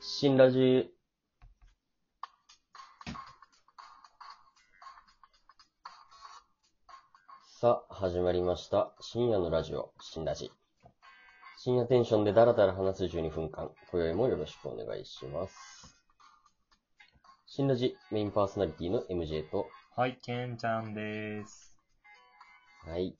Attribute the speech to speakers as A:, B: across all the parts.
A: チンラジ。さあ、始まりました。深夜のラジオ、新ラジ。深夜テンションでダラダラ話す12分間、今宵もよろしくお願いします。新ラジ、メインパーソナリティの MJ と、
B: はい、けんちゃんです。
A: はい。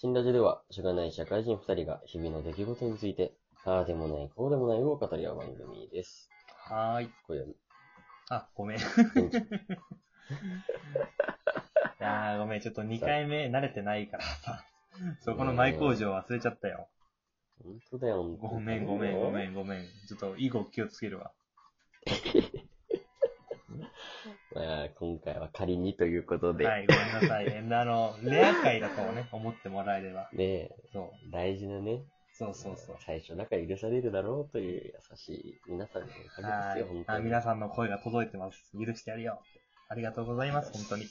A: 新ラジでは、しがない社会人2人が日々の出来事について、ああでもない、こうでもないを語り合う番組です。
B: はーい。
A: 今宵も
B: あ、ご めん。い
A: 元気
B: やー、ごめん。ちょっと2回目慣れてないからさ。そこの前工場忘れちゃったよ。
A: 本当だよ、
B: ごめん、ごめん、ごめ
A: ん。
B: ん、ごめん。ちょっと以後気をつけるわ。
A: まあ、今回は仮にということで、
B: はい、ごめんなさい。えあの、レア会だとね、思ってもらえれば。
A: ねえ、
B: そう。
A: 大事なね、
B: そうそうそう。
A: 最初なんか許されるだろうという優しい皆さんのおか
B: は
A: げ
B: い
A: ですよ、本。当
B: あ、
A: に。
B: 皆さんの声が届いてます。許してやるよ。ありがとうございます、本当に。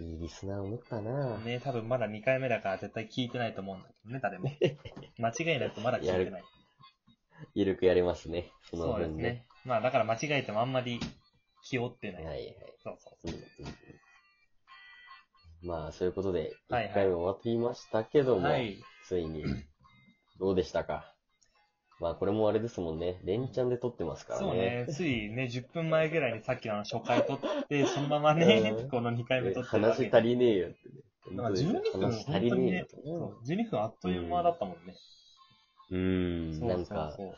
A: いいリスナーを持ったなぁ。
B: ね、多分まだ2回目だから絶対聞いてないと思うんだけどね、誰 も。間違いなくまだ聞いてない。
A: ゆるくやれますね、その
B: そうです
A: 分ね。
B: ね。まあだから間違えてもあんまり気負ってない。
A: はいはい。
B: そうそう
A: う
B: そ
A: ん
B: う
A: うんうんまあ、そういうことで、
B: はいはい
A: 1回目終わっていましたけども、
B: はい。
A: ついに、どうでしたか。まあ、これもあれですもんね、連チャンで撮ってますからね。
B: そうね。ついね、10分前ぐらいにさっきのあの初回撮 って、そのままね
A: うん、
B: この2回目
A: ね
B: 撮ってるわ
A: 話
B: け
A: 足りねえよってね。
B: なんか12分、
A: 話足
B: 本
A: り
B: 当に
A: ねえよ
B: ね
A: と、
B: そう12分あっという間だったもんね。
A: うーん、
B: そう
A: なん
B: そう
A: か、
B: そう。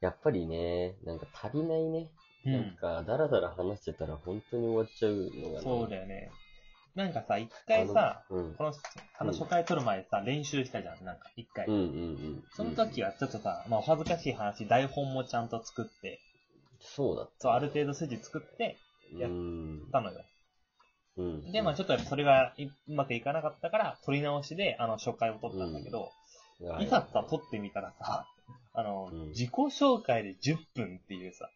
A: やっぱりね、なんか足りないね。
B: う
A: なん
B: ん。
A: か、だらだら話してたら本当に終わっちゃうのがね。
B: そうだよね。なんかさ、一回さ、
A: あの、うん。
B: この、あの初回撮る前さ、練習したじゃん、なんか、一回
A: うん。うんうん。
B: その時
A: は。
B: はちょっとさ、まあお恥ずかしい話、台本もちゃんと作って、
A: そうだっ
B: そう、ある程度筋作って、
A: た。うん
B: たのよ。
A: うん。
B: で、まあちょっとやっぱそれがいうまくいかなかったから、撮り直しで、あの、紹介を撮ったんだけど、
A: はい
B: ざさ、撮ってみたらさ、あの、
A: うん
B: 自己紹介で10分っていうさ、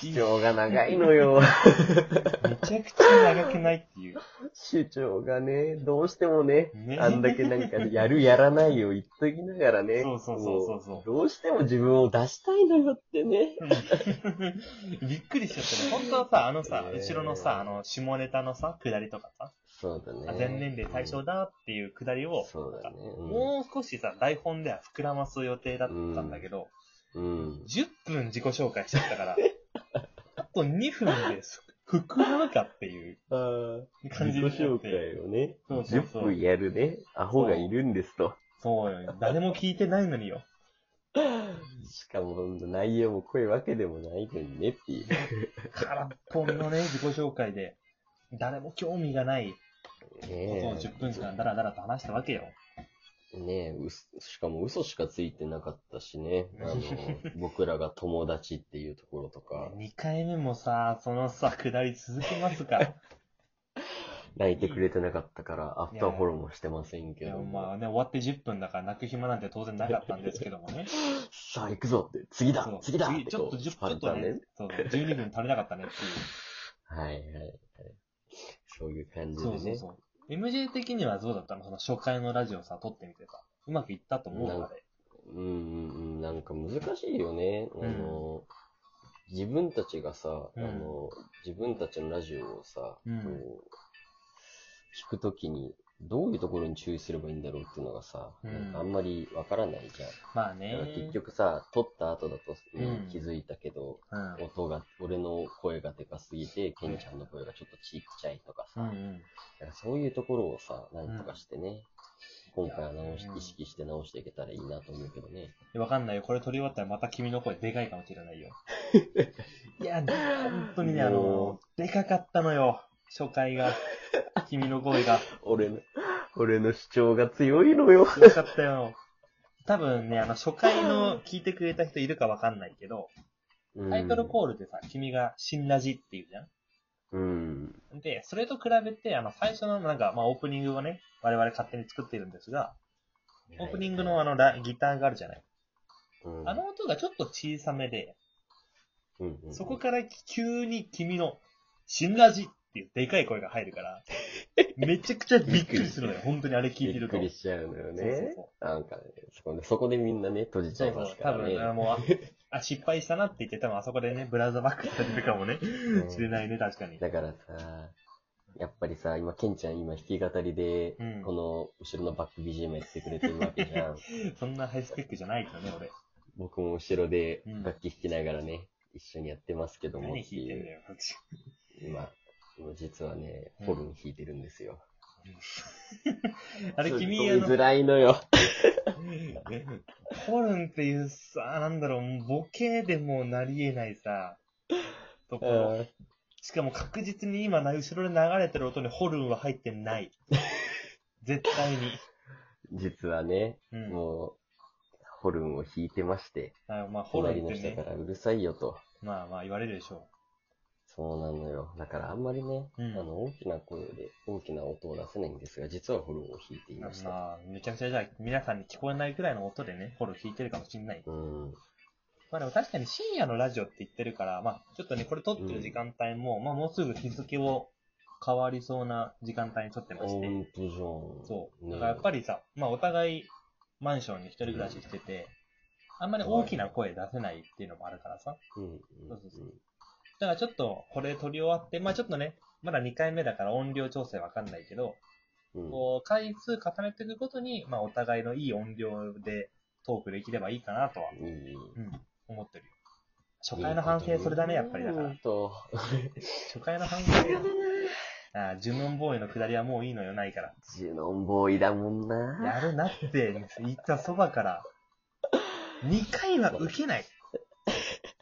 A: 主張が長いのよ。
B: めちゃくちゃ長くないっていう。
A: 主張がね、どうしてもね、
B: ね
A: あんだけなんか、やるやらないを言っときながらね。
B: そうそうそうそうそう
A: もどうしても自分を出したいのよってね。
B: びっくりしちゃったね。本当はさ、あのさ、
A: ねえ
B: 後ろのさ、あの、下ネタのさ、下りとかさ、
A: そうだね
B: あ。全年齢対象
A: だ
B: だっていう下りを、
A: そうだね。
B: もう少しさ、台本では膨らます予定だったんだけ
A: う
B: ど、
A: ん。うん。
B: 10分自己紹介しちゃったから、あと2分です膨らむかっていう
A: あー
B: 感じ
A: 自
B: になっ
A: 己紹
B: て。
A: 介をね、
B: そうそうそう
A: 10分やるね、アホがいるんですと。
B: そうよ。誰も聞いてないのによ。
A: しかも、内容も濃いわけでもないのにねっていう。
B: 空っぽのね、自己紹介で、誰も興味がないことを
A: ね
B: 10分間ダラダラと話したわけよ。
A: え、ねえうすしかも嘘しかついてなかったし ね。あの、僕らが友達っていうところとか、
B: 2回目もさ、そのさ、下り続けますか。
A: 泣いてくれてなかったから、アフターフォローもしてません
B: い
A: け
B: や、
A: ど
B: ま
A: も。
B: あね、終わって10分だから泣く暇なんて当然なかったんですけどもね。
A: さあ行くぞって、次だ
B: そう
A: 次だ
B: 次ちょっと
A: こう
B: 10
A: スパ
B: 分
A: ル
B: と
A: タン
B: ね
A: ね。、
B: そうそう12分足りなかったねっていう。
A: はいはいはい。そういう 感じで
B: そう
A: ね。
B: そうそう。MJ 的にはどうだったのその初回のラジオさ、撮ってみてさ。うまくいったと思う
A: なん
B: の
A: か
B: で。
A: うんうんうん、なんか難しいよね。あ
B: うん
A: の、自分たちがさ、
B: うん
A: あの、自分たちのラジオをさ、
B: うん
A: こう、聞くときに、どういうところに注意すればいいんだろうっていうのがさ、
B: うん
A: なんかあんまりわからないじゃん。
B: まあ
A: だ
B: ね
A: から。結局さ、撮った後だと、ね
B: うん
A: 気づいたけど、
B: うん。
A: 音が、俺の声がでかすぎて、ケンちゃんの声がちょっとちっちゃいとかさ、
B: うんうん。
A: だからそういうところをさ、なんとかしてね、
B: ん
A: 今回は直し
B: いやうん
A: 意識して直していけたらいいなと思うけどね。
B: わかんないよ。これ撮り終わったらまた君の声でかいかもし れないよ。いや、本当にね、あの
A: も、
B: でかかったのよ。初回が。君の声が。
A: 俺の、俺の主張が強いのよ。
B: よかったよ。多分ね、あの、初回の聞いてくれた人いるかわかんないけど、タイトルコールでさ、君が新ラジって言うじゃん
A: うん。
B: で、それと比べて、あの、最初のなんか、まあ、オープニングをね、我々勝手に作っているんですが、オープニングのあ
A: の、
B: の、ラギターがあるじゃない。
A: うん
B: あの音がちょっと小さめで、
A: うんうん
B: そこから急に君の、新ラジっっていうでかい声が入るから、 めちゃくちゃびっくりするのよ。本当にあれ聞いてると。
A: びっくりしちゃうのよね。
B: そうそうそう
A: なんかねそこで、そこでみんなね、閉じち
B: そ
A: ゃ
B: う
A: い
B: そ
A: ます
B: う。
A: か
B: 多
A: らね。
B: 分、あもうあ、あ、 失敗したなって言って、多分あそこでね、ブラウザバックされるかもね、
A: うん
B: しれないね、確かに。
A: だからさ、やっぱりさ、今、ケンちゃん今弾き語りで、
B: うん
A: この後ろのバック BGM やってくれてるわけじ ゃん。
B: そんなハイスペックじゃないけどね、俺。
A: 僕も後ろで
B: うん
A: 楽器弾きながらね、一緒にやってますけども
B: 何弾
A: って
B: いて
A: い
B: ん
A: う。
B: だよ、こっち。
A: 今、今実はね、
B: うん
A: ホルン弾いてるんですよ。
B: あれ、
A: 聞
B: 君、あ
A: き
B: の
A: づ、らいのよ。
B: ホルンっていうさ、なんだろう、ボケでもなり得ないさ、ところ。しかも確実に今な、後ろで流れてる音にホルンは入って ない。絶対に。
A: 実はね、
B: うん。
A: もう、ホルンを弾いてまして、
B: あまあ、ホル
A: 隣
B: ンっ
A: の
B: て
A: 人から
B: ね、
A: うるさいよと。
B: まあまあ言われるでしょ
A: そうなのよ。だからあんまりね、
B: うん。
A: あの、大きな声で大きな音を出せないんですが、実はホルンを弾いていうました。
B: まあ、めちゃくちゃじゃあ、皆さんに聞こえないくらいの音でね、ホルン弾いてるかもしんない。
A: うん。
B: まあでも確かに深夜のラジオって言ってるから、まあちょっとね、これ撮ってる時間帯も、まあもうすぐ日付を変わりそうな時間帯に撮ってまして。
A: 本当じゃん。
B: そう。
A: ね
B: だからやっぱりさ、まあお互いマンションに一人暮らししてて、あんまり大きな声出せないっていうのもあるからさ。
A: うん。うん
B: そうそうそうだからちょっとこれ撮り終わって、まあちょっとね、まだ2回目だから音量調整わかんないけど、
A: うん
B: こう回数重ねていくごとに、まあお互いのいい音量でトークできればいいかなとは、
A: うん。いい。
B: うん、思ってるよ。初回の反省それだね、やっぱりだから
A: うん。と、
B: 初回の反省だよああ、ジュノンボーイの下りはもういいのよ、ないから。
A: ジュノンボーイだもんな。
B: やるなって言ったそばから、2回は受けない。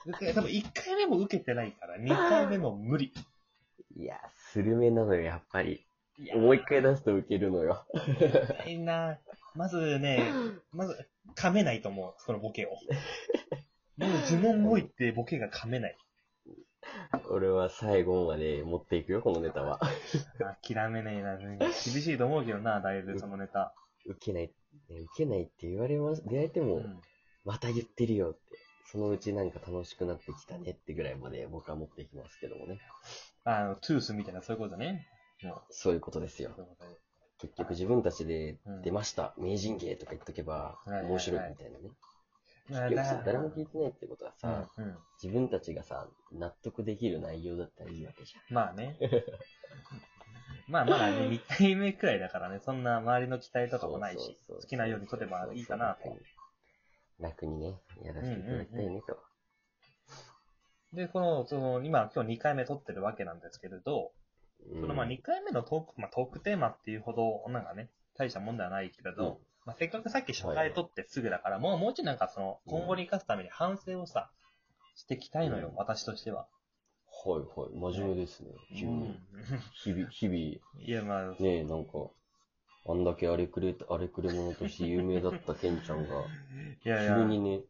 B: 受け多分1回目も受けてないから、2回目も無理。
A: いや、スルメなのよ、やっぱり。
B: い
A: もう一回出すとウケるのよ。
B: 回な。まずね、まず噛めないと思う、そのボケを。もう呪文ボーイってボケが噛めない。
A: 俺は最後まで持っていくよ、このネタは。
B: 諦めねえな、厳しいと思うけどな、だいぶそのネタ。
A: ウケない、ね、ウケないって言われます。出会えて
B: う
A: も、
B: ん
A: また言ってるよって。そのうちなんか楽しくなってきたねってぐらいまで僕は持っていきますけどもね。
B: あの、トゥースみたいな、そういうことね。もう
A: そういうことですよ。
B: そういうことね
A: 結局自分たちで
B: うん
A: 出ました、名人芸とか言っとけば
B: いはいはい
A: 面白いみたいなね。
B: まあ
A: 結局さ
B: だ
A: 誰も聞いてないってことはさ、
B: うんうん
A: 自分たちがさ、納得できる内容だったらいいわけじ
B: まあ ね。まあまだね、2回目くらいだからね、そんな周りの期待
A: ゃん。
B: とかもない
A: そう
B: し
A: そうそう、
B: 好きなように撮ればいいかな
A: そう
B: と
A: そう。そう楽にね、やらせていただきたいねと。
B: で、この、その、今、今日2回目撮ってるわけなんですけれど、
A: うん
B: その、まあ2回目のトーク、まあトークテーマっていうほど、なんかね、大したもんではないけれ
A: う
B: ど、
A: ん
B: まあせっかくさっき初
A: はい
B: 回撮ってすぐだから、もう、もうちょいなんかその、今後に生かすために反省をさ、していきたいのよ、
A: うん
B: 私としては。
A: はいはい、真面目ですね。急
B: う
A: に
B: ん。
A: 日々、日
B: いや、まあ、
A: 々、ねえ、なんか、あんだけあれくれ、あれくれ者として有名だったケンちゃんが、
B: いやいや
A: 急にね、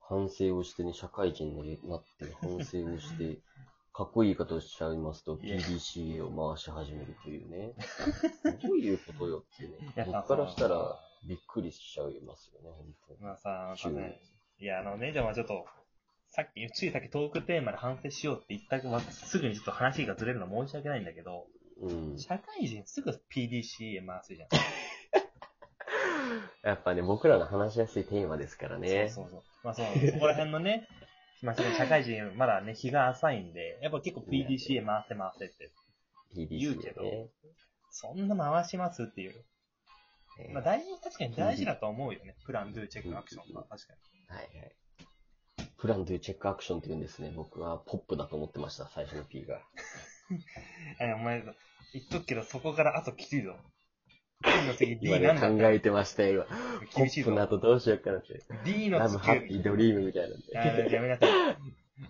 A: 反省をしてね、社会人になって、反省をして、かっこいい言い方をしちゃいますと、
B: いや
A: PDCA を回し始めるというね。どういうことよってね。
B: いや
A: 僕からしたら、びっくりしちゃいますよね、
B: まあ
A: 本
B: さ、な
A: 当
B: ん
A: に。
B: かね、いや、あの、姉ちゃんはちょっと、さっき、ついさっきトークテーマで反省しようって言ったけど、すぐにちょっと話がずれるの申し訳ないんだけど、
A: うん。
B: 社会人すぐ PDCA 回すじゃん。
A: やっぱね、僕らの話しやすいテーマですからね。
B: そうそうそう。まあそう、 そこら辺のね、まあその社会人まだね、日が浅いんで、やっぱ結構 PDCA 回せ回せって、
A: PDCA ね。
B: 言うけどそんな回しますっていう。
A: えー
B: まあ大事、確かに大事だと思うよね。プラン、ドゥ、チェック、アクションは確か
A: は
B: に。
A: いはい。プランドゥチェックアクションって言うんですね。僕はポップだと思ってました、最初の P が。
B: え、お前、言っとくけど、そこからあときついぞ。D の次 D
A: 今
B: な
A: ね、
B: んだ
A: 考えてましたよ、今。ポ
B: 厳しい
A: ップ
B: ぞ
A: の。後どうしようかなって。
B: D の
A: ラブ、
B: 次
A: ハッピー、ドリームみたいなん
B: あー
A: で。
B: やめなさい。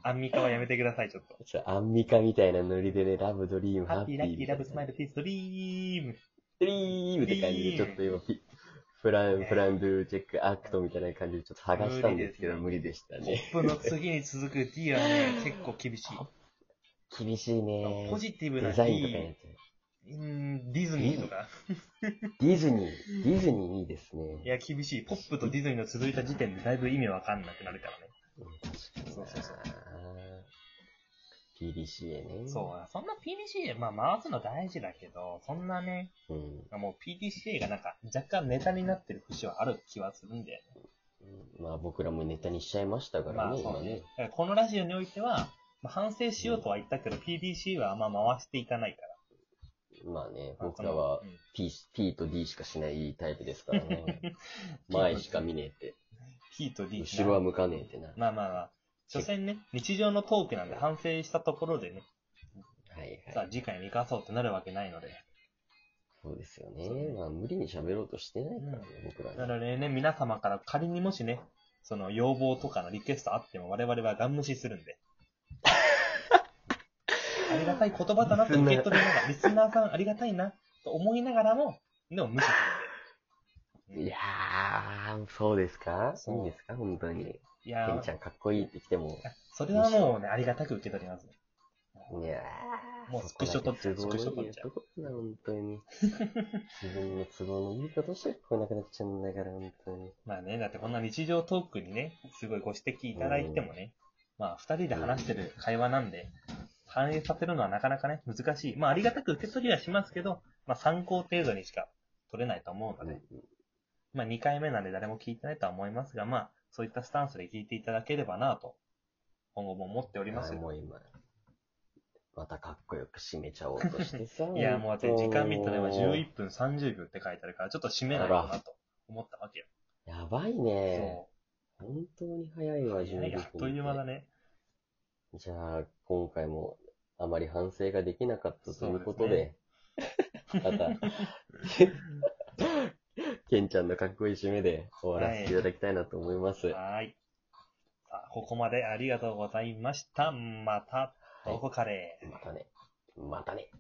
B: アンミカはやめてください、ちょっと。
A: ちょアンミカみたいなノリでね、ラブ、ドリーム、
B: ハ
A: ハ
B: ッ
A: ッピー。
B: ピー、ラッキー、ラブ、スマイ
A: ル。
B: ル、ピース、ドリーム。
A: ドリームって感じで、ちょっと今、ピプラン、プランドゥチェックアクトみたいな感じでちょっと剥がしたんですけど、無
B: 無
A: 理でした
B: ポ
A: ね。
B: ップの次に続く D はね、結構厳しい。
A: 厳しいね。
B: ポジティブな
A: デザインとかや
B: D、
A: つ。
B: うんディズニーとか。
A: ディズニー、ディズニーいいですね
B: い。や、厳しい。ポップとディズニーの続いた時点でだいぶ意味わかんなくなるからね。
A: うん確かにな
B: そうそうそう
A: PDCA ね。
B: そう、そんな PDCA、まあ回すの大事だけど、そんなね、
A: う。うん。
B: もう PDCA がなんか若干ネタになってる節はある気はするんだよね。
A: まあ僕らもネタにしちゃいましたから
B: まあ
A: ね、
B: そう
A: 今ね
B: ね。。だからこのラジオにおいては、まあ、反省しようとは言ったけど、PDCA はあんま回していかないから。
A: まあね、
B: まあ
A: 僕らは
B: そのうん
A: P, P と D しかしないタイプですから ね。前しか見ねえ
B: P
A: っ
B: と
A: て。
B: D
A: 後ろは向かねえってな。
B: まあまあまあ、所詮ね、日常のトークなんで反省したところでね、
A: はいは
B: さあ
A: い。
B: 次回見返そうってなるわけないので。
A: そうですよ
B: そう
A: ね
B: ね。
A: まあ無理に喋ろうとしてないからね、僕らね。
B: なのでね、皆様から仮にもしね、その要望とかのリクエストあっても我々はガン無視す るんで。ありがたい言葉だなと受け取りながら、リスナーさんありがたいなと思いながらも、でも無視するんで。
A: いやー、そうですかい
B: そう
A: いんですか本当に。ケ
B: いや
A: ンち
B: ー
A: ゃんかっこいいって来ても。
B: それはもうね、ありがたく受け取ります。
A: いやー
B: もうスクショ撮っちゃう
A: そこだけ
B: スクショ
A: 都合の
B: 撮
A: い
B: っ
A: い
B: ちゃう
A: 男だな、本当に。自分の都合のいいことしか聞こえなくなっちゃうんだから、本当に。
B: まあね、だってこんな日常トークにね、すごいご指摘いただいてもね、まあ二人で話してる会話なんで、反映させるのはなかなかね、難しい。まあありがたく受け取りはしますけど、まあ参考程度にしか取れないと思うので、まあ2回目なんで誰も聞いてないとは思いますが、まあそういったスタンスで聞いていただければなと、今後も思っております
A: あー
B: よ。
A: もう今、またかっこよく締めちゃおうとしてさ
B: いや、もうだって時間見たら今
A: 分。
B: 11分30秒って書いてあるから、ちょっと締めないとなと思ったわけよ。
A: やばいね。
B: そ。
A: 本当に早いうわ、
B: 早いあっという間だ
A: ね。
B: ね。
A: じゃあ、今回も、あまり反省ができなかったということで、また、ケンちゃんのかっこいい締めで終わらせていただきたいなと思います。
B: はい。さあ、ここまでありがとうございました。また、どこかで。
A: またね。またね。